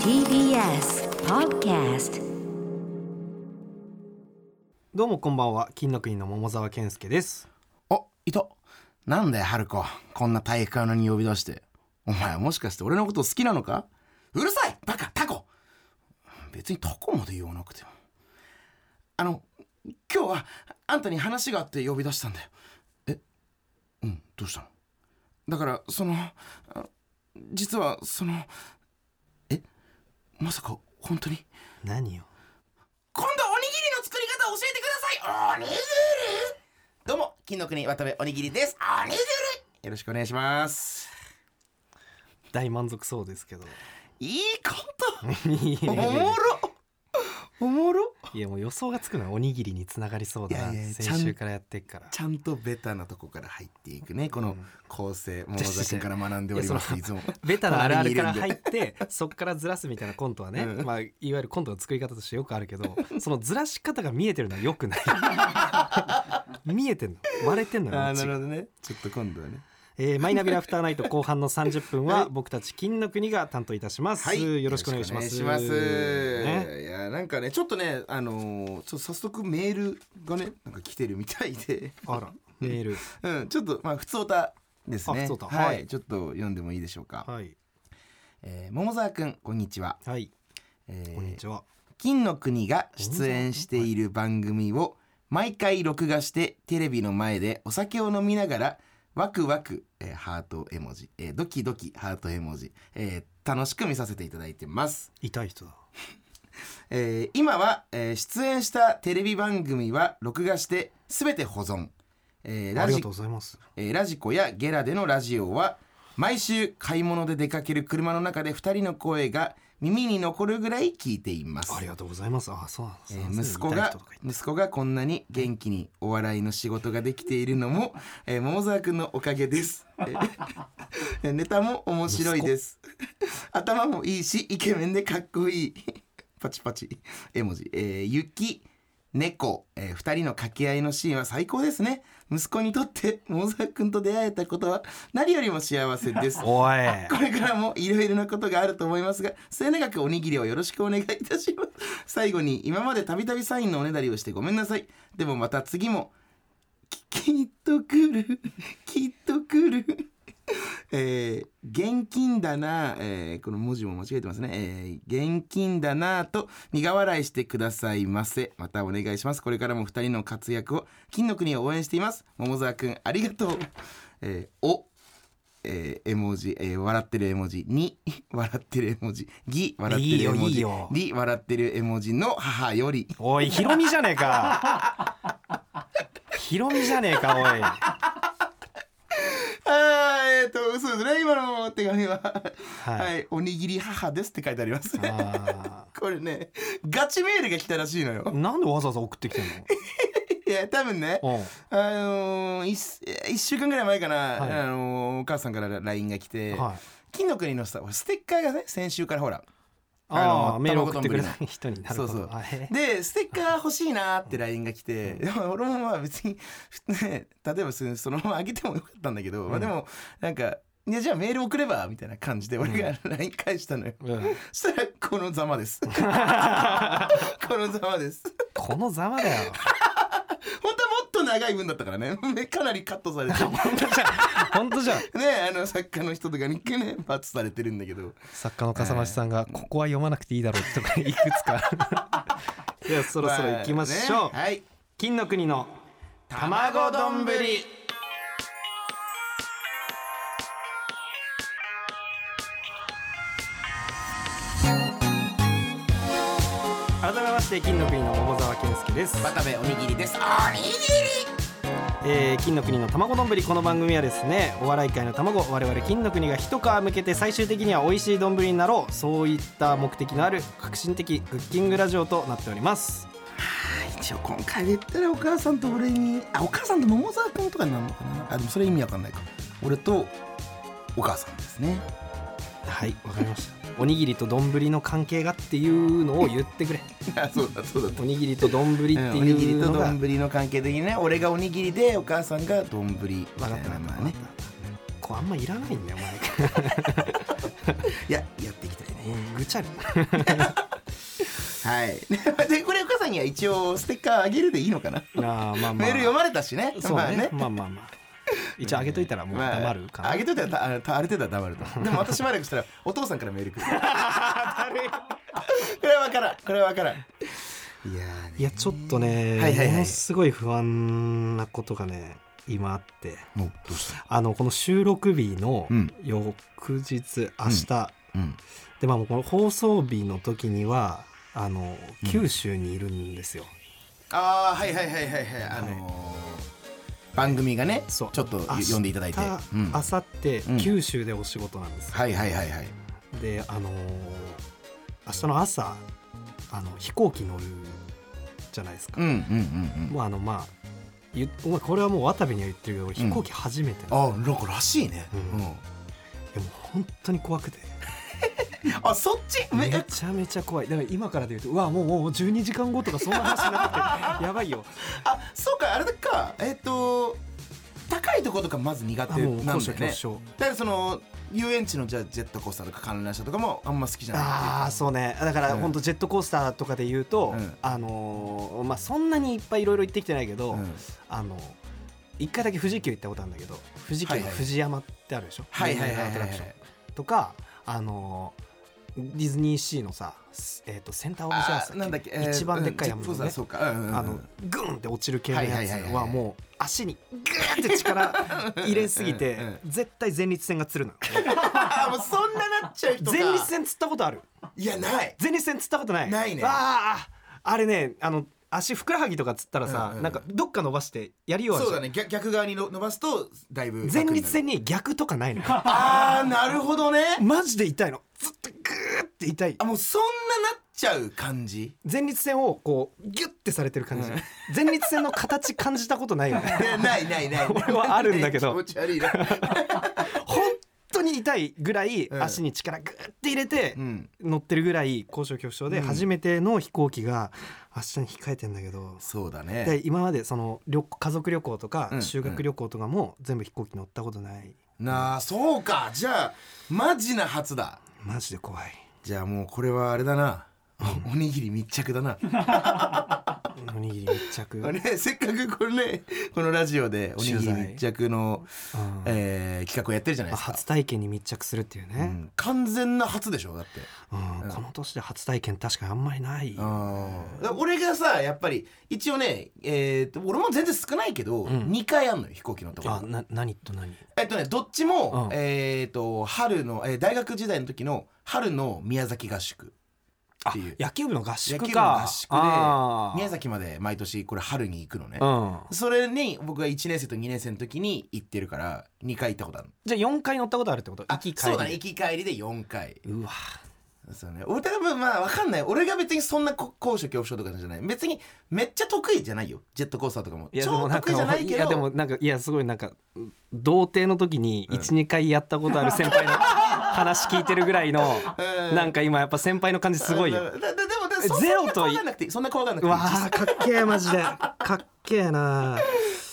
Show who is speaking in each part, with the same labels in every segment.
Speaker 1: TBS Podcast
Speaker 2: どうもこんばんは金の国の桃沢健介です
Speaker 3: おいたなんだよ春子こんな体育会のに呼び出してお前もしかして俺のこと好きなのかうるさいバカタコ別にタコまで言わなくてもあの今日はあんたに話があって呼び出したんだよえうんどうしたのだからそのあ実はそのえまさか本当に
Speaker 2: 何よ
Speaker 3: 今度おにぎりの作り方を教えてくださいおにぎりどうも金の国渡部おにぎりですおにぎりよろしくお願いします
Speaker 2: 大満足そうですけど
Speaker 3: いいコン
Speaker 2: いや
Speaker 3: トお
Speaker 2: いやい
Speaker 3: も
Speaker 2: や
Speaker 3: ろおもろ
Speaker 2: いやもう予想がつくなおにぎりにつながりそうだない
Speaker 3: やいや
Speaker 2: 先週からやってっから
Speaker 3: ちゃんとベタなとこから入っていくねこの構成桃沢君から学んでおりますいつも
Speaker 2: ベタなあるあるから入
Speaker 3: っ
Speaker 2: ってそっからずらすみたいなコントはね、
Speaker 3: うん
Speaker 2: まあ、いわゆるコントの作り方としてよくあるけどそのずらし方が見えてるのはよく ない見えてんの割れてんのよ
Speaker 3: あー
Speaker 2: うち
Speaker 3: な
Speaker 2: が
Speaker 3: るほどねちょっと今度はね
Speaker 2: えーマイナビラフターナイト後半の30分は僕たち金の国が担当いたします、よろしくお願いします
Speaker 3: よろしくお願いします
Speaker 2: ね
Speaker 3: いやなんかねちょっとねあのーちょっと早速メールがねなんか来てるみたいで
Speaker 2: あらメール
Speaker 3: うん、ちょっとまあ普通歌です
Speaker 2: あ
Speaker 3: ね。
Speaker 2: 普通歌
Speaker 3: はい、
Speaker 2: はい
Speaker 3: ちょっと読んでもいいでしょうか。
Speaker 2: はい
Speaker 3: えー桃沢くんこんにちは。
Speaker 2: はい
Speaker 3: えー
Speaker 2: こんにちは、
Speaker 3: 金の国が出演している番組を毎回録画してテレビの前でお酒を飲みながらワクワク、えーハート絵文字、えードキドキハート絵文字、えー楽しく見させていただいてます。
Speaker 2: 痛い人だ
Speaker 3: えー今は、えー出演したテレビ番組は録画してすべて保存。えー
Speaker 2: あ
Speaker 3: ラ
Speaker 2: りが
Speaker 3: ジ
Speaker 2: とうございます
Speaker 3: えーラジコやゲラでのラジオは毎週買い物で出かける車の中で2人の声が耳に残るぐらい聞いています
Speaker 2: ありがとうございますあそうなんで
Speaker 3: え
Speaker 2: す、
Speaker 3: ー息子
Speaker 2: 痛い
Speaker 3: が
Speaker 2: 人とか言って
Speaker 3: 息子がこんなに元気にお笑いの仕事ができているのも、えー桃沢くんのおかげです、えー ネタも面白いです頭もいいしイケメンでかっこいいパチパチ絵文字、えー雪猫、えー、2人の掛け合いのシーンは最高ですね息子にとって桃沢くんと出会えたことは何よりも幸せです
Speaker 2: おい
Speaker 3: これからもいろいろなことがあると思いますが末永くおにぎりをよろしくお願いいたします最後に今までたびたびサインのおねだりをしてごめんなさいでもまた次もききっと来るきっと来るえー現金だな、えーこの文字も間違えてますね、えー現金だなと苦笑いしてくださいませまたお願いしますこれからも二人の活躍を金の国を応援しています桃沢くんありがとう、えーおえー絵文字、えー笑ってる絵文字に笑ってる絵文字ぎ笑ってる絵文
Speaker 2: いいよいい
Speaker 3: 字
Speaker 2: よ
Speaker 3: り笑ってる絵文字の母よ り
Speaker 2: おいヒロミじゃねえか ヒロミじゃねえかおい
Speaker 3: あーえっ、とそうですね今の手紙は
Speaker 2: はい
Speaker 3: はい、おにぎり母ですって書いてあります
Speaker 2: あ
Speaker 3: これねガチメールが来たらしいのよ
Speaker 2: ーなんでわざわざ送ってきてん
Speaker 3: いや多分ね
Speaker 2: のうん
Speaker 3: あのー、1, 週間ぐらい前かな、
Speaker 2: はい
Speaker 3: あのーお母さんから LINE が来て、
Speaker 2: はい
Speaker 3: 金の国のさステッカーがね先週からほら
Speaker 2: あ
Speaker 3: あ
Speaker 2: あ
Speaker 3: の
Speaker 2: メール
Speaker 3: 卵
Speaker 2: 送ってくれた
Speaker 3: 丼
Speaker 2: 人 になる
Speaker 3: そうそう
Speaker 2: あへえ
Speaker 3: でステッカー欲しいなーって LINE が来て、でも俺もまあ別に、ね、例えばそそのままあげてもよかったんだけど、まあでもなんかいやじゃあメール送ればみたいな感じで俺が LINE 返したのよ、
Speaker 2: うん
Speaker 3: そしたらこのざまです このざまです
Speaker 2: このざまだよ
Speaker 3: 本当はもっと長い分だったからねかなりカットされてる
Speaker 2: 本当じゃん本当じゃん
Speaker 3: ねあの作家の人とかにねバツされてるんだけど
Speaker 2: 作家の笠間さんが「ここは読まなくていいだろう」とかいくつか ではそろそろ行きましょう、
Speaker 3: まあねはい
Speaker 2: 金の国の
Speaker 3: 卵丼ぶり
Speaker 2: 改めまして金の国の桃沢健介です
Speaker 3: 渡部おにぎりですおにぎり
Speaker 2: えー金の国の卵丼ぶりこの番組はですねお笑い界の卵我々金の国が一皮向けて最終的には美味しい丼ぶりになろうそういった目的のある革新的クッキングラジオとなっております
Speaker 3: 一応今回で言ったらお母さんと俺にあお母さんと桃沢君とかになるのかなあでもそれ意味わかんないか俺とお母さんです ね
Speaker 2: はいわかりましたおにぎりと丼ぶりの関係がっていうのを言ってくれ
Speaker 3: あそうだそうだ
Speaker 2: おにぎりと丼ぶりって
Speaker 3: うんおにぎ
Speaker 2: い
Speaker 3: り
Speaker 2: う
Speaker 3: と
Speaker 2: のが、
Speaker 3: 丼の関係的にね俺がおにぎりでお母さんが丼みた
Speaker 2: わ
Speaker 3: い
Speaker 2: かった
Speaker 3: な
Speaker 2: わか
Speaker 3: ま
Speaker 2: った
Speaker 3: あね
Speaker 2: こうあんまいらないんだよお前
Speaker 3: いややっていきたいね
Speaker 2: ぐちゃ り
Speaker 3: はい。 で、これ、岡さんには一応、ステッカーあげるでいいのかな、
Speaker 2: あーまあまあ
Speaker 3: メール読まれたしね。
Speaker 2: そう
Speaker 3: まあ
Speaker 2: ねまあまあまあ一応あげといたらもう
Speaker 3: まあ
Speaker 2: 黙るかな、
Speaker 3: あげといたらたあたある程度は黙る とでも私しばらくしたらお父さんからメール来る これは分からんこれは分からんいやーね
Speaker 2: いやちょっとね、
Speaker 3: はいはいはい
Speaker 2: ものすごい不安なことがね今あって
Speaker 3: もうどうした
Speaker 2: あのこの収録日の
Speaker 3: うん
Speaker 2: 翌日、明日
Speaker 3: うん
Speaker 2: でまあもうこの放送日の時にはあの
Speaker 3: うん
Speaker 2: 九州にいるんですよ、
Speaker 3: ああはいはいはいはいはいあのー、番組がねち
Speaker 2: そう
Speaker 3: ょっと
Speaker 2: 明日
Speaker 3: 読んでいただいて、うん
Speaker 2: 明
Speaker 3: はい
Speaker 2: 後日、
Speaker 3: うん
Speaker 2: 九州でお仕事なんですよ
Speaker 3: はいはいはい
Speaker 2: であのー明日の朝あの飛行機乗るじゃないですか、
Speaker 3: うんうんうんうん
Speaker 2: もうあのまあ言っお前これはもう渡部には言ってるけど飛行機初めてなの、
Speaker 3: あなんからしいね、
Speaker 2: うんいやもう本当に怖くて
Speaker 3: あそっちめ
Speaker 2: めちゃめちゃ怖いだから今からで言うとうわもうもう12時間後とかそんな話にな っててやばいよ
Speaker 3: あそうかあれだっかえっ、と高いところとかまず苦
Speaker 2: あ
Speaker 3: 手
Speaker 2: もう
Speaker 3: なん
Speaker 2: 高所
Speaker 3: だよ
Speaker 2: 恐怖
Speaker 3: ね
Speaker 2: 症
Speaker 3: だからその遊園地のじゃあジェットコースターとか観覧車とかもあんま好きじゃない
Speaker 2: ああそうねだか
Speaker 3: う
Speaker 2: ら
Speaker 3: ん
Speaker 2: 本当ジェットコースターとかで言うと、
Speaker 3: うん
Speaker 2: あのーまあそんなにいっぱいいろいろ行ってきてないけど、
Speaker 3: うん
Speaker 2: あの一回だけ富士急行ったことあるんだけど富士急
Speaker 3: はい
Speaker 2: の
Speaker 3: はい
Speaker 2: 富士山ってあるでしょ、
Speaker 3: はいはいはいは
Speaker 2: 有
Speaker 3: い
Speaker 2: 名なアトラクショ
Speaker 3: はい
Speaker 2: ンとかあのディズニーシーのさ、すえー、とセンターオブシェア
Speaker 3: あ
Speaker 2: ス
Speaker 3: ーなんだっけ、えー
Speaker 2: 一番でっかい山
Speaker 3: うんジ
Speaker 2: の
Speaker 3: ェ
Speaker 2: ね
Speaker 3: ットコースターそうか、うんうんうん、
Speaker 2: あのグーンって落ちる系の
Speaker 3: は
Speaker 2: や
Speaker 3: いはいはい
Speaker 2: つ
Speaker 3: は
Speaker 2: はいもう足にグーンって力入れすぎて
Speaker 3: うんうん
Speaker 2: 絶対前立腺が つるのよ
Speaker 3: あーもうそんななっちゃう人か
Speaker 2: 前立腺つったことある
Speaker 3: いやない
Speaker 2: 前立腺つったことない
Speaker 3: ないね
Speaker 2: あーあれねあの足ふくらはぎとかつったら
Speaker 3: うん
Speaker 2: さ
Speaker 3: うんうん
Speaker 2: なんかどっか伸ばしてやりようある
Speaker 3: そう
Speaker 2: じゃ
Speaker 3: だ
Speaker 2: ん
Speaker 3: ね逆逆側にの伸ばすとだいぶ楽にな
Speaker 2: 前
Speaker 3: る
Speaker 2: 立腺に逆とかないのよ
Speaker 3: ああなるほどね
Speaker 2: マジで痛いのずっとグーって痛い
Speaker 3: あもうそんななっちゃう感じ
Speaker 2: 前立腺をこうギュッてされてる感じ前立腺の形感じたことないよね
Speaker 3: いやないないない
Speaker 2: 俺はあるんだけど
Speaker 3: 気持ち悪いな
Speaker 2: 本当に痛いぐらい
Speaker 3: うん
Speaker 2: 足に力グーって入れて
Speaker 3: うん
Speaker 2: 乗ってるぐらい高所恐怖症で
Speaker 3: うん
Speaker 2: 初めての飛行機が明日に控えてんだけど、
Speaker 3: そうだね
Speaker 2: で今までその旅家族旅行と
Speaker 3: う
Speaker 2: か
Speaker 3: ん
Speaker 2: 修学旅行とかも全部飛行機乗ったことない
Speaker 3: なあそうかじゃあマジな初だ
Speaker 2: マジで怖い
Speaker 3: じゃあもうこれはあれだなおにぎり密着だな、
Speaker 2: おにぎり密着、うん、
Speaker 3: ね、せっかくこれねこのラジオでおにぎり密着の、えー企画をやってるじゃないですか、
Speaker 2: 初体験に密着するっていう
Speaker 3: う
Speaker 2: ね、
Speaker 3: ん完全な初でしょだって
Speaker 2: うんこの年で初体験確かにあんまりない、
Speaker 3: だから俺がさやっぱり一応ね、えーと俺も全然少ないけど、
Speaker 2: ん
Speaker 3: 2回あんのよ飛行機のとこ
Speaker 2: あ
Speaker 3: ろ
Speaker 2: な何と何
Speaker 3: えっとねどっちも、
Speaker 2: うん
Speaker 3: えっと春の、えー大学時代の時の春の宮崎合宿っ
Speaker 2: あ
Speaker 3: ていう
Speaker 2: 野球部の合宿か
Speaker 3: 野球部の合宿で
Speaker 2: あー
Speaker 3: 宮崎まで毎年これ春に行くのね、
Speaker 2: うん
Speaker 3: それに僕が1年生と2年生の時に行ってるから2回行ったことある
Speaker 2: じゃあ4回乗ったことあるってこと
Speaker 3: あ
Speaker 2: 行き帰り
Speaker 3: そうだね行き帰りで4回
Speaker 2: うわ
Speaker 3: そうね俺多分まあ分かんない俺が別にそんなこ高所恐怖症とかじゃない別にめっちゃ得意じゃないよジェットコースターとかも
Speaker 2: いやで
Speaker 3: 超
Speaker 2: もなん
Speaker 3: 得
Speaker 2: か
Speaker 3: 意じゃないけど
Speaker 2: やでもなんかいやすごいなんか童貞の時に12、回やったことある先輩の話聞いてるぐらい の、
Speaker 3: うん
Speaker 2: なんか今やっぱ先輩の感じすごいよ、
Speaker 3: だだだでもだそん
Speaker 2: ゼ
Speaker 3: な
Speaker 2: ロと
Speaker 3: 怖がんなくていいそんな怖がんなく
Speaker 2: う
Speaker 3: ていい
Speaker 2: わーかっけえマジでかっけえな
Speaker 3: う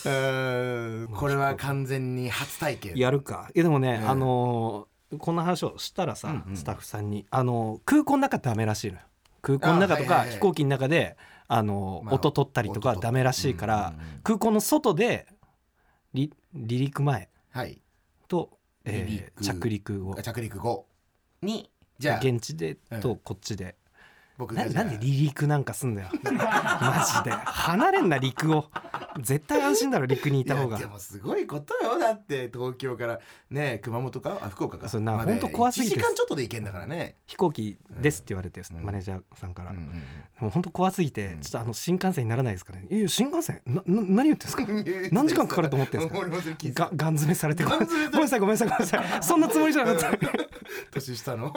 Speaker 3: ーんこれは完全に初体験
Speaker 2: やるかいやでもね、
Speaker 3: うん
Speaker 2: あのーこんな話をしたらさ、
Speaker 3: うんうん
Speaker 2: スタッフさんにあのー空港の中ダメらしいのよ空港の中と
Speaker 3: あは
Speaker 2: か
Speaker 3: いはいはい
Speaker 2: 飛行機の中であのー、
Speaker 3: まあ
Speaker 2: 音取ったりと
Speaker 3: 音
Speaker 2: か
Speaker 3: 取
Speaker 2: ダメらしいから、
Speaker 3: うんうんうん
Speaker 2: 空港の外で離離陸前
Speaker 3: はい
Speaker 2: と、えー
Speaker 3: 離陸
Speaker 2: 着陸を
Speaker 3: 着陸後にじゃあ
Speaker 2: 現地で
Speaker 3: うん
Speaker 2: とこっちで、
Speaker 3: 僕
Speaker 2: な
Speaker 3: がじゃ
Speaker 2: な
Speaker 3: あ
Speaker 2: んで離陸なんかす んだよマジで離れんな陸を絶対安心だろ陸にいた方が
Speaker 3: いやでもすごいことよだって東京からね熊本かあ福岡か
Speaker 2: そうな
Speaker 3: まで
Speaker 2: ほんと怖すぎて
Speaker 3: 1時間ちょっとで行けんだからね、
Speaker 2: 飛行機ですって言われて、
Speaker 3: ん
Speaker 2: マネージャーさんから、
Speaker 3: うんうん
Speaker 2: もう本当怖すぎて、
Speaker 3: ん。
Speaker 2: ちょっとあの新幹線にならないですかね。いやいや新幹線なな何言ってんですか何時間かかると思ってんですか。
Speaker 3: 俺もそれ聞いてた
Speaker 2: がガン詰めされてごめん
Speaker 3: ガン詰めされて
Speaker 2: ごめんなさいごめんなさいごめんなさいそんなつもりじゃなかった。ご
Speaker 3: 年下 の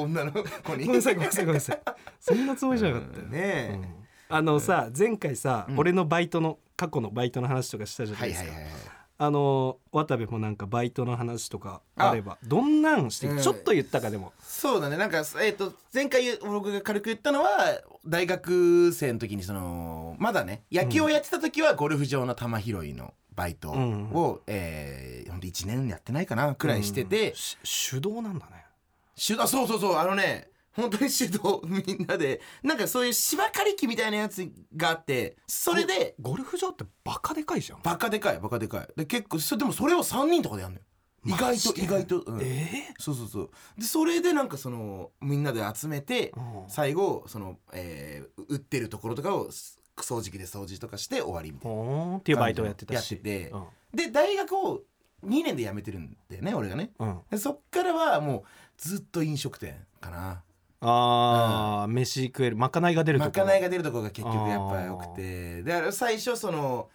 Speaker 3: 女の子に
Speaker 2: めんなさいごめんなさいごめんなさいそんなつもりじゃなかったよ。
Speaker 3: うんねえ
Speaker 2: うんあのさ前回さ、俺のバイトの過去のバイトの話とかしたじゃな
Speaker 3: はいい
Speaker 2: で
Speaker 3: は
Speaker 2: す
Speaker 3: い
Speaker 2: か。
Speaker 3: はいはい
Speaker 2: あの渡部もなんかバイトの話とか
Speaker 3: あ
Speaker 2: あればどんなんして、
Speaker 3: うん
Speaker 2: ちょっと言ったかでも。
Speaker 3: そうだねなんか、えっと前回僕が軽く言ったのは大学生の時にそのまだね野球をやってた時はゴルフ場の球拾いのバイトを、
Speaker 2: うん
Speaker 3: えーほんと1年やってないかなくらいしてて、
Speaker 2: し手動なんだね。
Speaker 3: 手動あそうそうそうあのね本当に手動みんなでなんかそういう芝刈り機みたいなやつがあってそれで
Speaker 2: ゴルフ場ってバカでかいじゃん
Speaker 3: バカでかいバカでかいで結構そでもそれを3人とかでやるのよ意
Speaker 2: マ
Speaker 3: 外
Speaker 2: ジ
Speaker 3: と
Speaker 2: で
Speaker 3: 意外と、うん
Speaker 2: え
Speaker 3: そうそうそうでそれでなんかそのみんなで集めて、
Speaker 2: うん
Speaker 3: 最後その、えー売ってるところとかをす掃除機で掃除とかして終わりみたいな
Speaker 2: ー、ほーんっていうバイトをやってたし
Speaker 3: やってて
Speaker 2: うん
Speaker 3: で大学を2年で辞めてるんだよね俺がね
Speaker 2: うん、
Speaker 3: でそっからはもうずっと飲食店かな
Speaker 2: ああ、飯食えるまかないが出ると
Speaker 3: ま
Speaker 2: こ
Speaker 3: かないが出るとこが結局やっぱ良くてであれ最初その、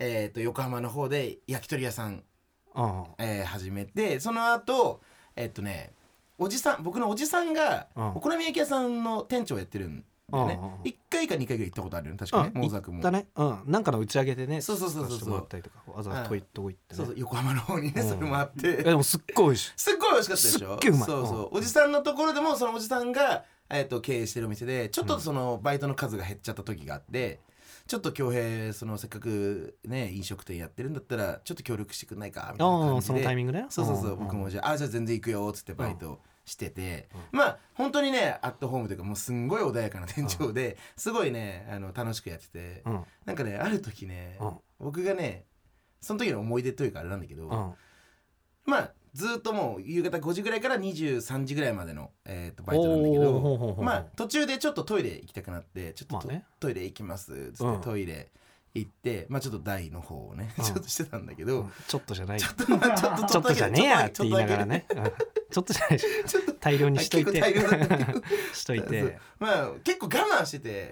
Speaker 3: えー、と横浜の方で焼き鳥屋さん、
Speaker 2: うん
Speaker 3: えー始めてその後えっ、とねおじさん僕のおじさんが
Speaker 2: うん
Speaker 3: お好み焼き屋さんの店長やってるんだよね
Speaker 2: うんうんうん
Speaker 3: 1回か2回ぐらい行ったことあるよね確かね
Speaker 2: うん
Speaker 3: モーザク
Speaker 2: 行
Speaker 3: も
Speaker 2: ったねうんなんかの打ち上げでね
Speaker 3: そうそうそうそう
Speaker 2: 出してもらったりとかわざわざ遠いとこ行ってね
Speaker 3: そうそう横浜の方に
Speaker 2: う
Speaker 3: ね
Speaker 2: ん
Speaker 3: それもあって
Speaker 2: いやでもすっごい美味しい
Speaker 3: すっごい美味しかったでしょ
Speaker 2: すっげえうまい
Speaker 3: そうそう
Speaker 2: うん
Speaker 3: おじさんのところでもそのおじさんが、えー、と経営してるお店でちょっとそのバイトの数が減っちゃった時があって、ちょっと恭平そのせっかくね飲食店やってるんだったらちょっと協力してくんないかみたいな
Speaker 2: あ
Speaker 3: 感
Speaker 2: あ
Speaker 3: じで
Speaker 2: そのタイミングね
Speaker 3: そうそうそう、
Speaker 2: ん
Speaker 3: 僕もじゃああじゃあ全然行くよっつってバイトしてて、
Speaker 2: う
Speaker 3: まあ本当にねアットホームというかもうすんごい穏やかな店長で、すごいねあの楽しくやってて、
Speaker 2: うん
Speaker 3: なんかねある時ね、
Speaker 2: うん
Speaker 3: 僕がねその時の思い出というかあれなんだけど、
Speaker 2: うん
Speaker 3: まあずっともう夕方5時ぐらいから23時ぐらいまでの、えー、とバイトなんだけ
Speaker 2: おおほう
Speaker 3: ど
Speaker 2: ほうほう
Speaker 3: まあ途中でちょっとトイレ行きたくなってちょっと
Speaker 2: まあ
Speaker 3: と、
Speaker 2: ね
Speaker 3: トイレ行きますつ
Speaker 2: う
Speaker 3: っ
Speaker 2: ん
Speaker 3: てトイレ行って、まあちょっと台の方をね、
Speaker 2: うん
Speaker 3: ちょっとしてたんだけど、
Speaker 2: うんちょっとじゃない
Speaker 3: ちょっとまあちょっと
Speaker 2: ちょっとじゃねえやって言いながら
Speaker 3: ね
Speaker 2: ねうんちょっとじゃないし大量にしといて
Speaker 3: あ結構大量だったけ
Speaker 2: しとい
Speaker 3: そう
Speaker 2: て
Speaker 3: まあ結構我慢してて、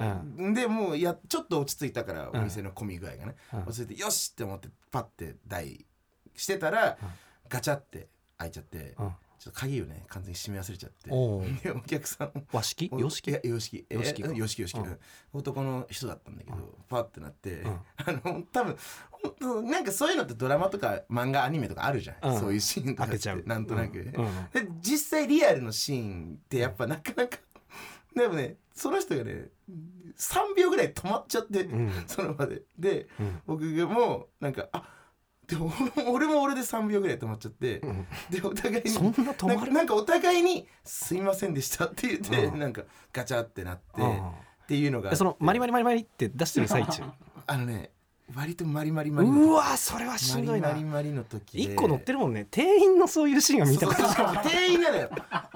Speaker 2: う
Speaker 3: でもうやちょっと落ち着いたから
Speaker 2: うん
Speaker 3: お店の混み具合がね、
Speaker 2: うん
Speaker 3: 落ち着いてよしって思ってパッて台してたら、
Speaker 2: うん
Speaker 3: ガチャって開いちゃって、
Speaker 2: うん
Speaker 3: ちょっと鍵をね完全に閉め忘れちゃって
Speaker 2: おう
Speaker 3: でお客さんも
Speaker 2: 和式洋式
Speaker 3: いや洋式
Speaker 2: 洋式か
Speaker 3: え洋式洋式
Speaker 2: うん
Speaker 3: うん男の人だったんだけど、
Speaker 2: う
Speaker 3: パッてなって、
Speaker 2: ん
Speaker 3: あの多分ほんとなんかそういうのってドラマとか漫画アニメとかあるじゃん、
Speaker 2: うん
Speaker 3: そういうシーンと
Speaker 2: 開
Speaker 3: かっ
Speaker 2: け
Speaker 3: て
Speaker 2: ちゃう
Speaker 3: なんとなく、
Speaker 2: うん
Speaker 3: で実際リアルのシーンってやっぱなかなか でもねその人がね3秒ぐらい止まっちゃって、
Speaker 2: うん
Speaker 3: その場でで
Speaker 2: うん
Speaker 3: 僕がもうなんかあでも俺も俺も俺で3秒ぐらい止まっちゃって、
Speaker 2: うん
Speaker 3: でお互いに
Speaker 2: そんな止ま
Speaker 3: な
Speaker 2: る
Speaker 3: なんかお互いに「すいませんでした」って言って、
Speaker 2: うん
Speaker 3: なんかガチャってなって、
Speaker 2: う
Speaker 3: っ
Speaker 2: ん
Speaker 3: ていうのが
Speaker 2: えそのマリマ
Speaker 3: リ
Speaker 2: リマリマリって出してる最 中
Speaker 3: あのね割とマリマリマリの
Speaker 2: うわそれはしんどいな
Speaker 3: マリマリマリの時で
Speaker 2: 一個乗ってるもんね店員のそういうシーンが見た
Speaker 3: そう
Speaker 2: こ
Speaker 3: そうそう店員なのよ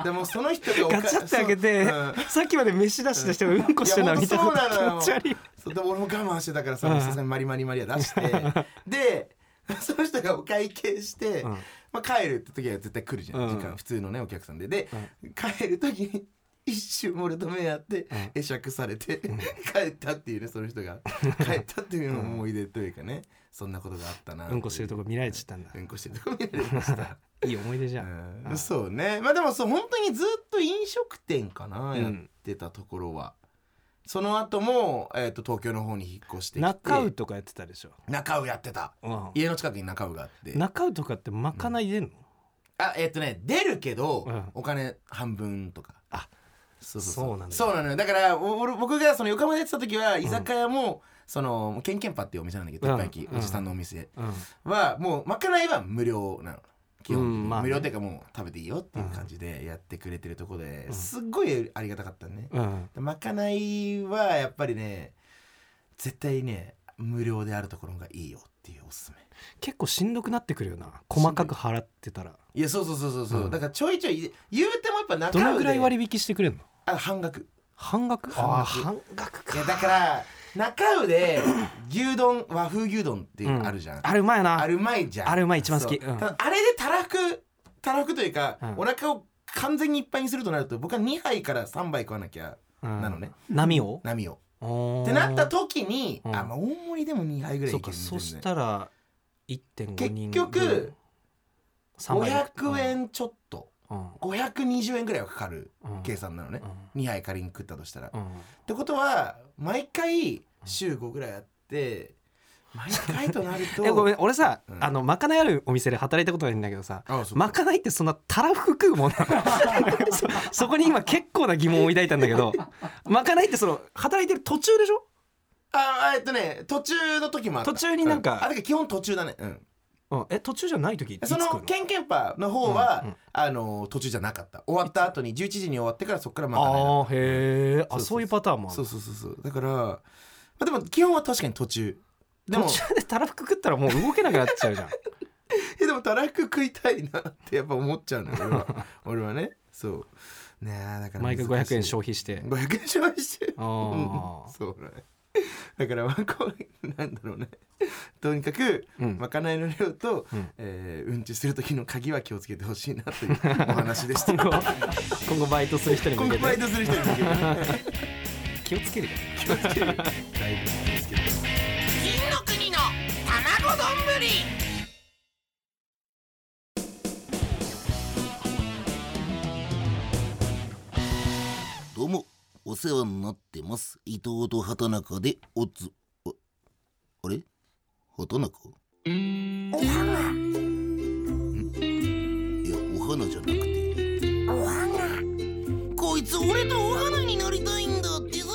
Speaker 3: でもその人がお
Speaker 2: ガ
Speaker 3: か
Speaker 2: チャって開けて、
Speaker 3: そう,、うん
Speaker 2: さっきまで飯出してしてうんこしてるの
Speaker 3: いや
Speaker 2: 見たこ
Speaker 3: ほんとそうなの
Speaker 2: と
Speaker 3: よ
Speaker 2: 気持ち悪い
Speaker 3: そうでも俺も我慢してたからさ
Speaker 2: うん
Speaker 3: さすがにマリマリマリは 出してでその人がお会計して、
Speaker 2: うん
Speaker 3: まあ、帰るって時は絶対来るじゃん、
Speaker 2: うん
Speaker 3: 時間普通のねお客さんでで、帰る時に 一瞬俺と目合って
Speaker 2: うん
Speaker 3: 会釈されて、 帰ったっていうねその人が 帰ったっていうのも思い出というかね、そんなことがあったな
Speaker 2: うんこしてると
Speaker 3: こ
Speaker 2: こ見られちゃったんだ
Speaker 3: うんこしてるとこ見られました、
Speaker 2: いい思い出じゃん
Speaker 3: うんそうねまあでもそう本当にずっと飲食店かな、
Speaker 2: うん
Speaker 3: やってたところはその後もえっ、と東京の方に引っ越してきて
Speaker 2: 中尾とかやってたでしょ
Speaker 3: 中尾やってた
Speaker 2: うん
Speaker 3: 家の近くに中尾があって
Speaker 2: 中尾とかってまかない出んの
Speaker 3: あえっ、とね出るけど、
Speaker 2: うん
Speaker 3: お金半分とか
Speaker 2: あ
Speaker 3: そうそう
Speaker 2: そ
Speaker 3: そうう
Speaker 2: なんだ
Speaker 3: そうなのよだからお俺僕がその横浜でやってた時は居酒屋も、そのケンケンパっていうお店なんだけど
Speaker 2: うん
Speaker 3: 鉄板焼き
Speaker 2: うん
Speaker 3: おじさんのお店
Speaker 2: うん
Speaker 3: はもうまかないは無料なの基本的に
Speaker 2: うんまあね
Speaker 3: 無料っていうかもう食べていいよっていう感じでやってくれてるとこで、
Speaker 2: うん
Speaker 3: すっごいありがたかったね、
Speaker 2: うん
Speaker 3: でまかないはやっぱりね絶対ね無料であるところがいいよっていうおすすめ
Speaker 2: 結構しんどくなってくるよな細かく払ってたら
Speaker 3: いやそうそうそうそうそう、
Speaker 2: うん
Speaker 3: だからちょいちょい言うてもやっぱ
Speaker 2: ど
Speaker 3: 中尾で
Speaker 2: のぐらい割引してくれんの
Speaker 3: あ半額
Speaker 2: 半額あー半額
Speaker 3: い
Speaker 2: か
Speaker 3: やだから中尾で 牛丼和風牛丼っていうのあるじゃん、
Speaker 2: あれうまいよな
Speaker 3: あれうまいじゃん
Speaker 2: あれうまい一番好き
Speaker 3: そう
Speaker 2: うん
Speaker 3: ただあれでたらふくたらふくというか、
Speaker 2: うん
Speaker 3: お腹を完全にいっぱいにするとなると僕は2杯から3杯食わなきゃ
Speaker 2: うん
Speaker 3: なのね
Speaker 2: 波を
Speaker 3: 波を
Speaker 2: っ
Speaker 3: ってなった時に、
Speaker 2: うん
Speaker 3: あまあ大盛りでも2杯ぐらい
Speaker 2: そ
Speaker 3: いう
Speaker 2: か
Speaker 3: ける
Speaker 2: そ
Speaker 3: ん
Speaker 2: し
Speaker 3: だよね
Speaker 2: たら1.5人
Speaker 3: 結局
Speaker 2: 分
Speaker 3: 500、円ちょっと
Speaker 2: うんうん
Speaker 3: 520円ぐらいはかかる
Speaker 2: うん
Speaker 3: 計算なのね、
Speaker 2: う
Speaker 3: 2杯仮に食ったとしたら、っ
Speaker 2: んうん
Speaker 3: てことは毎回週5ぐらいあって毎回となると
Speaker 2: えごめん俺さ、
Speaker 3: うん
Speaker 2: あのまかないあるお店で働いたことないんだけどさ
Speaker 3: あそう
Speaker 2: まかないってそんなたらふく食うもんなの そそこに今結構な疑問を抱いたんだけどまかないってその働いてる途中でしょ
Speaker 3: ああえっとね途中の時もあった
Speaker 2: 途中になんか
Speaker 3: うあだから基本途中だねうん
Speaker 2: うん、え途中じゃない時いつ
Speaker 3: そ
Speaker 2: 来る
Speaker 3: のケンケンパの方は、あの途中じゃなかった終わった後に11時に終わってからそこからまたね
Speaker 2: ああへえあ
Speaker 3: そ
Speaker 2: そう
Speaker 3: うそうそう
Speaker 2: いうパターンもある
Speaker 3: そうそうそうそうだから、まあ、でも基本は確かに途中でも
Speaker 2: 途中でたらふく食ったらもう動けなくなっちゃうじゃん
Speaker 3: えでもたらふく食いたいなってやっぱ思っちゃうのよ俺は 俺はねそうねえだから
Speaker 2: 毎回
Speaker 3: 難しい
Speaker 2: 500円消費して
Speaker 3: 500円消費してる
Speaker 2: あ
Speaker 3: うん
Speaker 2: ー
Speaker 3: そうだねだからまあこうなんだろうねとにかく、
Speaker 2: うん
Speaker 3: まかないの量と、うん
Speaker 2: ん
Speaker 3: えーうんちする時の鍵は気をつけてほしいなというお話で した
Speaker 2: 今後今後バイトする人に
Speaker 3: 今
Speaker 2: 向
Speaker 3: 後
Speaker 2: け
Speaker 3: バイ
Speaker 2: て
Speaker 3: トする人に向けてね
Speaker 2: 気をつけるよ
Speaker 3: 気をつけるだいぶなんですけど
Speaker 4: 金の国の卵丼ぶり
Speaker 5: どうも、お世話になってます。伊藤と畑中で、おつ、ああれ畑中んいや、お花じゃなくて。
Speaker 4: こいつ俺とお花になりたいんだってさ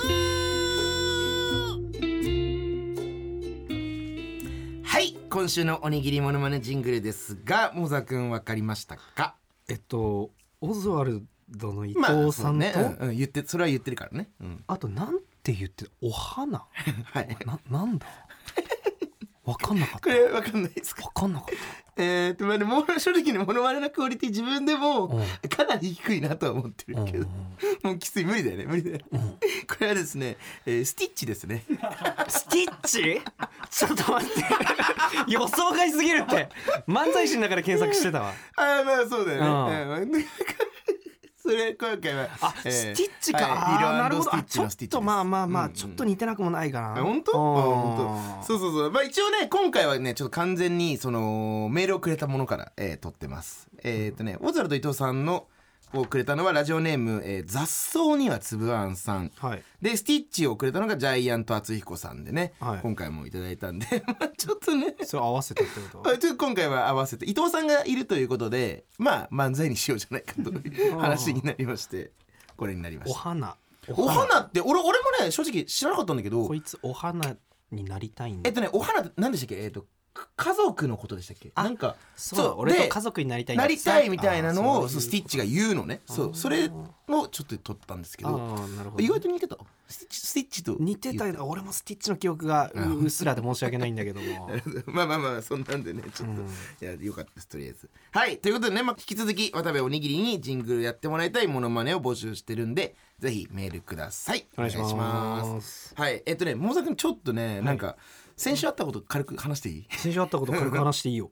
Speaker 3: はい今週のおにぎりモノマネジングルですがモザ君わかりましたか
Speaker 2: えっとオズワルドの伊
Speaker 3: まあ
Speaker 2: 藤さんと、
Speaker 3: そうねうんうん言ってそれは言ってるからね、うん、
Speaker 2: あとなんて言ってお花
Speaker 3: はい
Speaker 2: な なんだわかんなかっ
Speaker 3: こ
Speaker 2: た
Speaker 3: れわかんないですか
Speaker 2: わかんなかっ
Speaker 3: えーとまあでも正直にモノマネのクオリティ自分でも
Speaker 2: うん
Speaker 3: かなり低いなとは思ってる
Speaker 2: た、うん
Speaker 3: けど、もうきつい無理だよね無理だよ、これはですね、えースティッチですね
Speaker 2: スティッチちょっと待って予想外すぎるって漫才師の中で検索してたわ
Speaker 3: ああまあそうだよね、
Speaker 2: う
Speaker 3: うん それ今回は
Speaker 2: あ、
Speaker 3: えー
Speaker 2: スティッチか、
Speaker 3: はい
Speaker 2: あーなるほど
Speaker 3: 色
Speaker 2: あ
Speaker 3: &ステ
Speaker 2: ち
Speaker 3: ィッチ
Speaker 2: ょ
Speaker 3: の
Speaker 2: っ
Speaker 3: スティッチです
Speaker 2: とまあまあまあ、
Speaker 3: うんうん
Speaker 2: ちょっと似てなくもないかな
Speaker 3: あ本当？あ
Speaker 2: うん
Speaker 3: 本当。そうそうそう。まあ一応ね今回はねちょっと完全にそのメールをくれたものから、えー撮ってます。えっ、とねオズワルド伊藤さんのをくれたのはラジオネーム、えー雑草にはつぶあんさん。
Speaker 2: はい
Speaker 3: でスティッチをくれたのがジャイアント厚彦さんでね、
Speaker 2: はい
Speaker 3: 今回もいただいたんで まあちょっとね。
Speaker 2: それ合わせたってこ
Speaker 3: ま
Speaker 2: と
Speaker 3: あちょっと今回は合わせて伊藤さんがいるということでまあ漫才にしようじゃないかという話になりましてこれになりま
Speaker 2: お
Speaker 3: した
Speaker 2: 花
Speaker 3: お花って俺俺もね正直知らなかったんだけど
Speaker 2: こいつお花になりたいん
Speaker 3: え
Speaker 2: だ
Speaker 3: っとねお花って何でしたっけえっとか家族のことでしたっけなんか
Speaker 2: そうだ俺と家族になりたいんだ
Speaker 3: なりたいみたいなの
Speaker 2: あ
Speaker 3: を
Speaker 2: ー
Speaker 3: そ
Speaker 2: そうう
Speaker 3: スティッチが言うのねそうそれをちょっと撮ったんですけ
Speaker 2: あ
Speaker 3: ど
Speaker 2: あなるほど
Speaker 3: 意外と似てたスティッチスティッチと
Speaker 2: 似てたよ俺もスティッチの記憶がううっすらで申し訳ないんだけど も
Speaker 3: まあまあまあそんなんでねちょっと、いやよかったですとりあえずはいということでね、まあ、引き続き渡部おにぎりにジングルやってもらいたいモノマネを募集してるんでぜひメールください
Speaker 2: お願いします
Speaker 3: すはいえっとね桃沢君ちょっとね、なんか先週あったこと軽く話していい
Speaker 2: 先週あったこと軽く話していい よ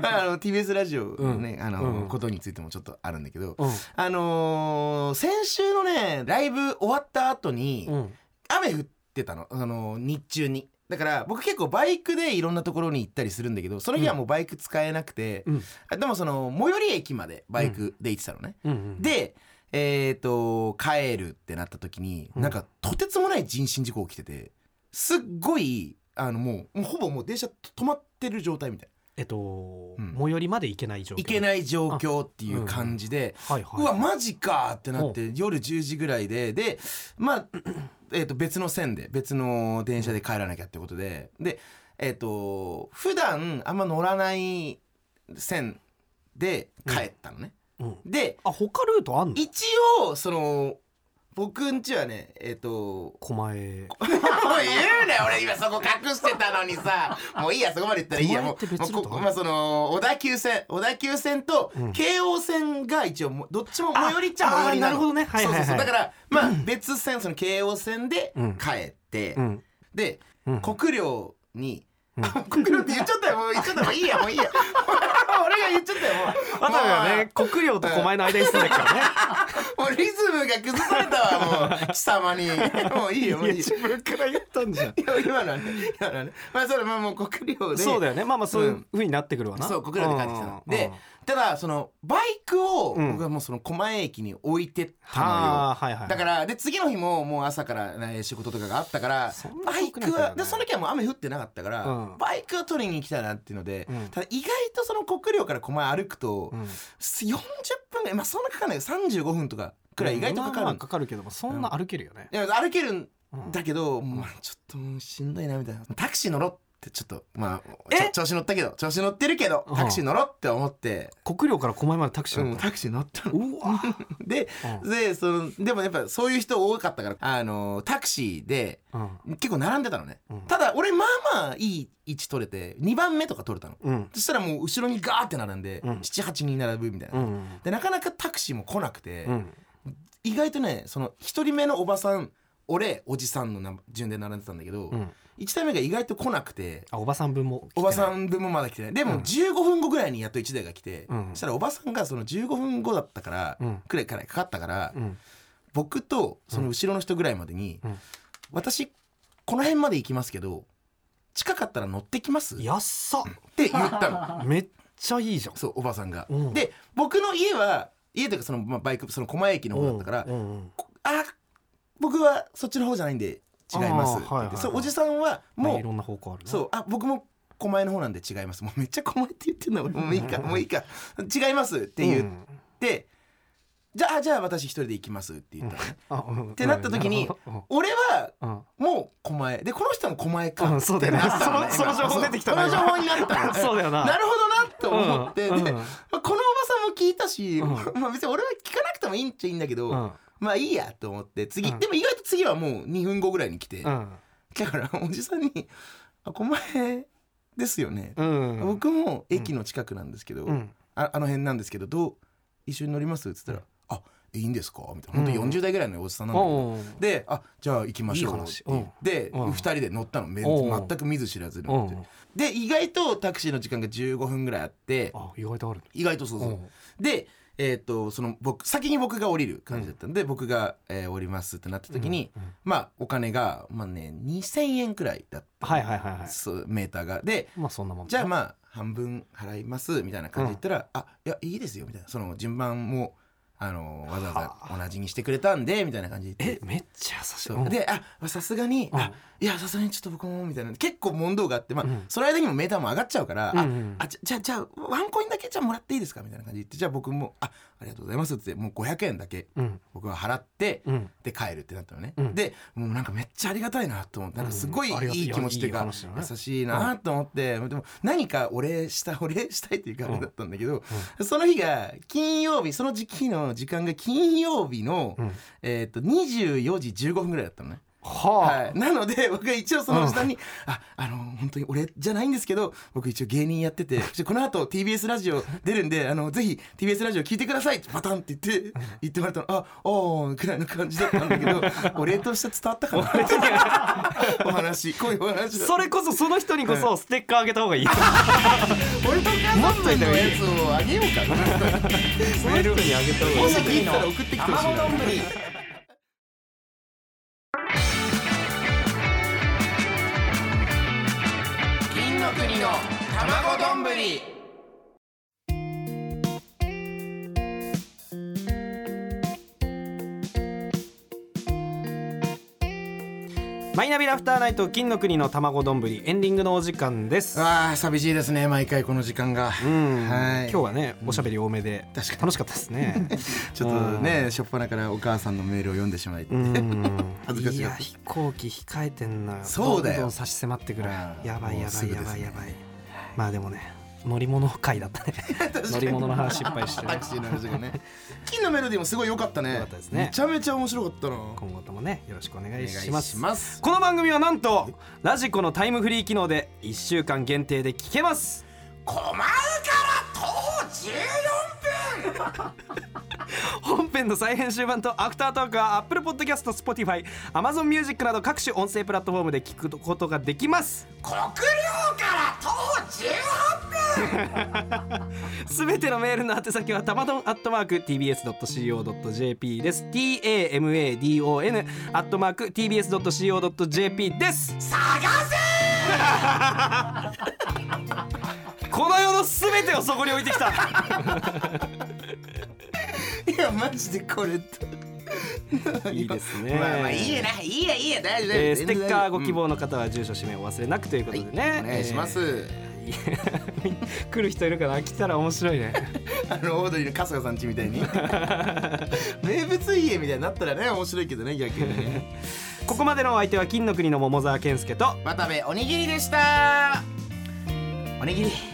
Speaker 3: あの TBS ラジオのね、
Speaker 2: うん
Speaker 3: あの、
Speaker 2: うん
Speaker 3: ことについてもちょっとあるんだけど、
Speaker 2: うん
Speaker 3: あのー先週のねライブ終わった後に、
Speaker 2: うん
Speaker 3: 雨降ってたの、あのー日中にだから僕結構バイクでいろんなところに行ったりするんだけどその日はもうバイク使えなくて、
Speaker 2: うん
Speaker 3: あでもその最寄り駅までバイクで行ってたのね、
Speaker 2: うんうん
Speaker 3: でえっ、と帰るってなった時に、
Speaker 2: うん
Speaker 3: なんかとてつもない人身事故起きててすっごいあのもうもうほぼもう電車止まってる状態みたいな。
Speaker 2: えっと
Speaker 3: うん
Speaker 2: 最寄りまで行けない状況
Speaker 3: いけない状況っていう感じで、
Speaker 2: はいは
Speaker 3: う
Speaker 2: い
Speaker 3: わマジかってなって夜10時ぐらいででまあ、 えー、と別の線で別の電車で帰らなきゃってことででえっ、と普段あんま乗らない線で帰ったのね。
Speaker 2: うん
Speaker 3: で
Speaker 2: あ他ルートあんの
Speaker 3: 一応その僕んちはねえっ、と
Speaker 2: 狛江
Speaker 3: もう言うなよ俺今そこ隠してたのにさもういいやそこまで言ったらいいや
Speaker 2: お
Speaker 3: も
Speaker 2: 前って
Speaker 3: うも
Speaker 2: 別
Speaker 3: う
Speaker 2: の
Speaker 3: こ
Speaker 2: とこ
Speaker 3: こまあその小田急線小田急線と京王線が一応もうどっちも最寄りっちゃ
Speaker 2: あ
Speaker 3: 最寄りの
Speaker 2: あーなるほどねはいはいはい
Speaker 3: そうそうそうだからまあ別線その京王線で
Speaker 2: うん
Speaker 3: 帰って、
Speaker 2: うん
Speaker 3: で、
Speaker 2: うん
Speaker 3: 国領に、国領って言っちゃったよもう言っちゃったもういいやもういいや 俺が言っちゃったよもう
Speaker 2: 渡部はね国領と狛江の間に住んでるからね
Speaker 3: もうリズムが崩されたわもう貴様にも ういいよもういいよ
Speaker 2: 分から言ったんじゃん
Speaker 3: いや 今のはね今のはねまあそれまあもう国領で
Speaker 2: そうだよねまあまあそうい
Speaker 3: ん
Speaker 2: う風になってくるわな
Speaker 3: そう国領で帰ってきたのでただそのバイクを
Speaker 2: うん
Speaker 3: 僕はもうその狛江駅に置いてった
Speaker 2: はあ
Speaker 3: のよ
Speaker 2: はいはい
Speaker 3: だからで次の日ももう朝からね仕事とかがあったから
Speaker 2: そんな
Speaker 3: バイ
Speaker 2: 遠くな
Speaker 3: ク
Speaker 2: いからね
Speaker 3: はでその時はもう雨降ってなかったから
Speaker 2: うん
Speaker 3: バイクを取りに行きたいなっていうので
Speaker 2: うん
Speaker 3: ただ意外とその国領から狛江歩くと
Speaker 2: うん
Speaker 3: 40分ぐらいまあそんなかかんない35分とかくらい意外とかか
Speaker 2: まあまあ
Speaker 3: る
Speaker 2: かかるけどもそんな歩けるよね
Speaker 3: いや歩けるん
Speaker 2: うん
Speaker 3: だけど、まあ、ちょっともうしんどいなみたいなタクシー乗ろうってちょっとまあ
Speaker 2: え
Speaker 3: ちょ調子乗ったけど調子乗ってるけど
Speaker 2: うん
Speaker 3: タクシー乗ろうって思って、
Speaker 2: 国領から狛江までタクシ
Speaker 3: う
Speaker 2: ーだ
Speaker 3: ん、
Speaker 2: った
Speaker 3: タクシー乗ったの
Speaker 2: うわ
Speaker 3: で
Speaker 2: う
Speaker 3: でそのでもやっぱそういう人多かったからあのタクシーで
Speaker 2: うん
Speaker 3: 結構並んでたのね、
Speaker 2: うん
Speaker 3: ただ俺まあまあいい位置取れて2番目とか取れたの、
Speaker 2: うん
Speaker 3: そしたらもう後ろにガーって並んで、
Speaker 2: うん
Speaker 3: 78人並ぶみたいな、
Speaker 2: うん
Speaker 3: でなかなかタクシーも来なくて、
Speaker 2: うん
Speaker 3: 意外とねその1人目のおばさん俺おじさんのな順で並んでたんだけど、
Speaker 2: うん
Speaker 3: 1台目が意外と来なくて
Speaker 2: あおばさん分も
Speaker 3: おばさん分もまだ来てないでも15分後ぐらいにやっと1台が来て、
Speaker 2: うん
Speaker 3: そしたらおばさんがその15分後だったから、
Speaker 2: うん
Speaker 3: くらいからかかったから、
Speaker 2: うん
Speaker 3: 僕とその後ろの人ぐらいまでに、
Speaker 2: うん
Speaker 3: 私この辺まで行きますけど近かったら乗ってきますっ
Speaker 2: やっさ
Speaker 3: て言った の
Speaker 2: めっちゃいいじゃん
Speaker 3: そうおばさんが。
Speaker 2: うん
Speaker 3: で僕の家は家というかその、まあ、バイクその狛江駅の方だったから、
Speaker 2: うんうん
Speaker 3: こあ僕はそっちの方じゃないんで違いますって言って、
Speaker 2: あーはいはいはい
Speaker 3: そうおじさんは
Speaker 2: ま
Speaker 3: も
Speaker 2: あ
Speaker 3: う
Speaker 2: いろんな方向あるな
Speaker 3: そうあ僕も狛江の方なんで違いますもうめっちゃ狛江って言ってんの 俺もういいかもういいか違いますって言って、じゃあじゃあ私一人で行きますって言ったのね、
Speaker 2: っ
Speaker 3: ってなった時に俺は
Speaker 2: うん
Speaker 3: もう狛江でこの人も狛江
Speaker 2: う
Speaker 3: か
Speaker 2: んそうだよね
Speaker 3: ってなったのね
Speaker 2: そのその情報出てきた
Speaker 3: そ
Speaker 2: な
Speaker 3: の情報になった の
Speaker 2: そうだよな
Speaker 3: なるほどなと思って、
Speaker 2: うん
Speaker 3: で
Speaker 2: うん
Speaker 3: まあ、このおばさんも聞いたし、
Speaker 2: う
Speaker 3: まあ別に俺は聞かなくてもいいんちゃいいんだけど、
Speaker 2: うん
Speaker 3: まあいいやと思って次、
Speaker 2: うん
Speaker 3: でも意外と次はもう2分後ぐらいに来て、
Speaker 2: うん
Speaker 3: だからおじさんに「あ狛江ですよね、
Speaker 2: うん
Speaker 3: 僕も駅の近くなんですけど、
Speaker 2: うん
Speaker 3: ああの辺なんですけどどう一緒に乗ります?」っつったら「あいいんですか?」みたいな本当
Speaker 2: うん
Speaker 3: 40代ぐらいのおじさんなんだけど、
Speaker 2: おう
Speaker 3: で「あじゃあ行きましょ
Speaker 2: い
Speaker 3: う」
Speaker 2: い
Speaker 3: っ
Speaker 2: 話
Speaker 3: て言って
Speaker 2: うん
Speaker 3: 2人で乗ったのめ
Speaker 2: うん
Speaker 3: 全く見ず知らず
Speaker 2: お
Speaker 3: の
Speaker 2: う
Speaker 3: で意外とタクシーの時間が15分ぐらいあって
Speaker 2: あ意外とあるね
Speaker 3: 意外とそうそううんでえっ、とその僕先に僕が降りる感じだったんで、僕が、えー降りますってなった時に、
Speaker 2: うんうん
Speaker 3: まあお金がまあね2,000円くらいだった、
Speaker 2: はいはいはいはい
Speaker 3: そうメーターがで
Speaker 2: まあそんなもん
Speaker 3: じゃあまあ半分払いますみたいな感じで言ったら「あいやいいですよ」みたいなその順番もあのわざわざ同じにしてくれたんでみたいな感じで言っ
Speaker 2: え
Speaker 3: て。
Speaker 2: めっちゃ優しい
Speaker 3: そう
Speaker 2: うん
Speaker 3: であさすがに、
Speaker 2: うん
Speaker 3: あいやさすがにちょっと僕もみたいな結構問答があってまあ、
Speaker 2: うん
Speaker 3: その間にもメーターも上がっちゃうから、
Speaker 2: うんうん
Speaker 3: ああじゃじゃあじゃあワンコインだけじゃあもらっていいですかみたいな感じで言ってじゃあ僕もあありがとうございますってもう500円だけ
Speaker 2: うん
Speaker 3: 僕は払って、
Speaker 2: うん
Speaker 3: で帰るってなったのね、
Speaker 2: うん
Speaker 3: でもうなんかめっちゃありがたいなと思ってなんかすごい
Speaker 2: うんありがたい
Speaker 3: いい気持ちという
Speaker 2: いい
Speaker 3: か
Speaker 2: 話だね
Speaker 3: 優しいなと思って、でも何かお礼したお礼したいという感じだったんだけど、その日が金曜日その時期の時間が金曜日の、
Speaker 2: うん
Speaker 3: えっと24時15分ぐらいだったのね。
Speaker 2: は
Speaker 3: はい、なので 僕は一応その時間に、ああの本当に俺じゃないんですけど僕一応芸人やっててちょこの後 TBS ラジオ出るんであのぜひ TBS ラジオ聞いてくださいってバタンって言って言ってもらったのあおーくらいの感じだったんだけ どお礼として伝わったかなお話こういうお話
Speaker 2: それこそその人にこそステッカーあげた方がいいよ
Speaker 3: 俺と母さんのやつをあげようかな
Speaker 2: メールにあげた方が
Speaker 3: こ
Speaker 2: い
Speaker 3: ん
Speaker 2: い
Speaker 3: な聞いたら送ってきてほしいな
Speaker 4: 金の国の卵丼ぶり
Speaker 2: マイナビラフターナイト金の国の卵丼ぶりエンディングのお時間です
Speaker 3: あー寂しいですね毎回この時間が
Speaker 2: うん
Speaker 3: は
Speaker 2: 今
Speaker 3: い
Speaker 2: 日はねおしゃべり多めで
Speaker 3: 確かに
Speaker 2: 楽しかったですね
Speaker 3: ちょっとね初っ端からお母さんのメールを読んでしまい、
Speaker 2: うん
Speaker 3: 恥ずかしい
Speaker 2: いや飛行機控えてんのよ
Speaker 3: そうだよ
Speaker 2: どんどん差し迫ってくる
Speaker 3: あー
Speaker 2: やばいや
Speaker 3: もう
Speaker 2: ば
Speaker 3: す
Speaker 2: い
Speaker 3: ぐ
Speaker 2: や
Speaker 3: です
Speaker 2: ばい
Speaker 3: ね
Speaker 2: やばいまあでもね乗り物会だった ね乗り物の話いっぱいして
Speaker 3: タクシーの話がね 金のメロディーもすごい良かったね
Speaker 2: 良かったですね
Speaker 3: めちゃめちゃ面白かったなお
Speaker 2: 今後ともねよろしくお願
Speaker 3: 願
Speaker 2: い
Speaker 3: い
Speaker 2: し
Speaker 3: し
Speaker 2: ま
Speaker 3: ますす
Speaker 2: この番組はなんとラジコのタイムフリー機能で1週間限定で聞けます
Speaker 4: 狛江から徒歩14分
Speaker 2: 本編の再編集版とアフタートークは Apple Podcast、Spotify、Amazon Music など各種音声プラットフォームで聞くことができます
Speaker 4: 国領から徒歩18分
Speaker 2: すべてのメールの宛先はたまどんアットマーク tbs.co.jp です tamadon アットマーク tbs.co.jp です
Speaker 4: 探せ
Speaker 2: この世のすべてをそこに置いてきた
Speaker 3: いやマジでこれと
Speaker 2: いいですね
Speaker 3: まあまあいいやないいやいいや大丈夫
Speaker 2: えー
Speaker 3: 大丈
Speaker 2: ス
Speaker 3: 夫
Speaker 2: テッカーご希
Speaker 3: うん
Speaker 2: 望の方は住所氏名を忘れなくということでね、
Speaker 3: はいお願いします、
Speaker 2: えーいや来る人いるから来たら面白いね
Speaker 3: あのオードリーの春日さん ちみたいに名物家みたいになったらね面白いけどね逆にね
Speaker 2: ここまでのお相手は金の国の桃沢健介と
Speaker 3: 渡部おにぎりでしたおにぎり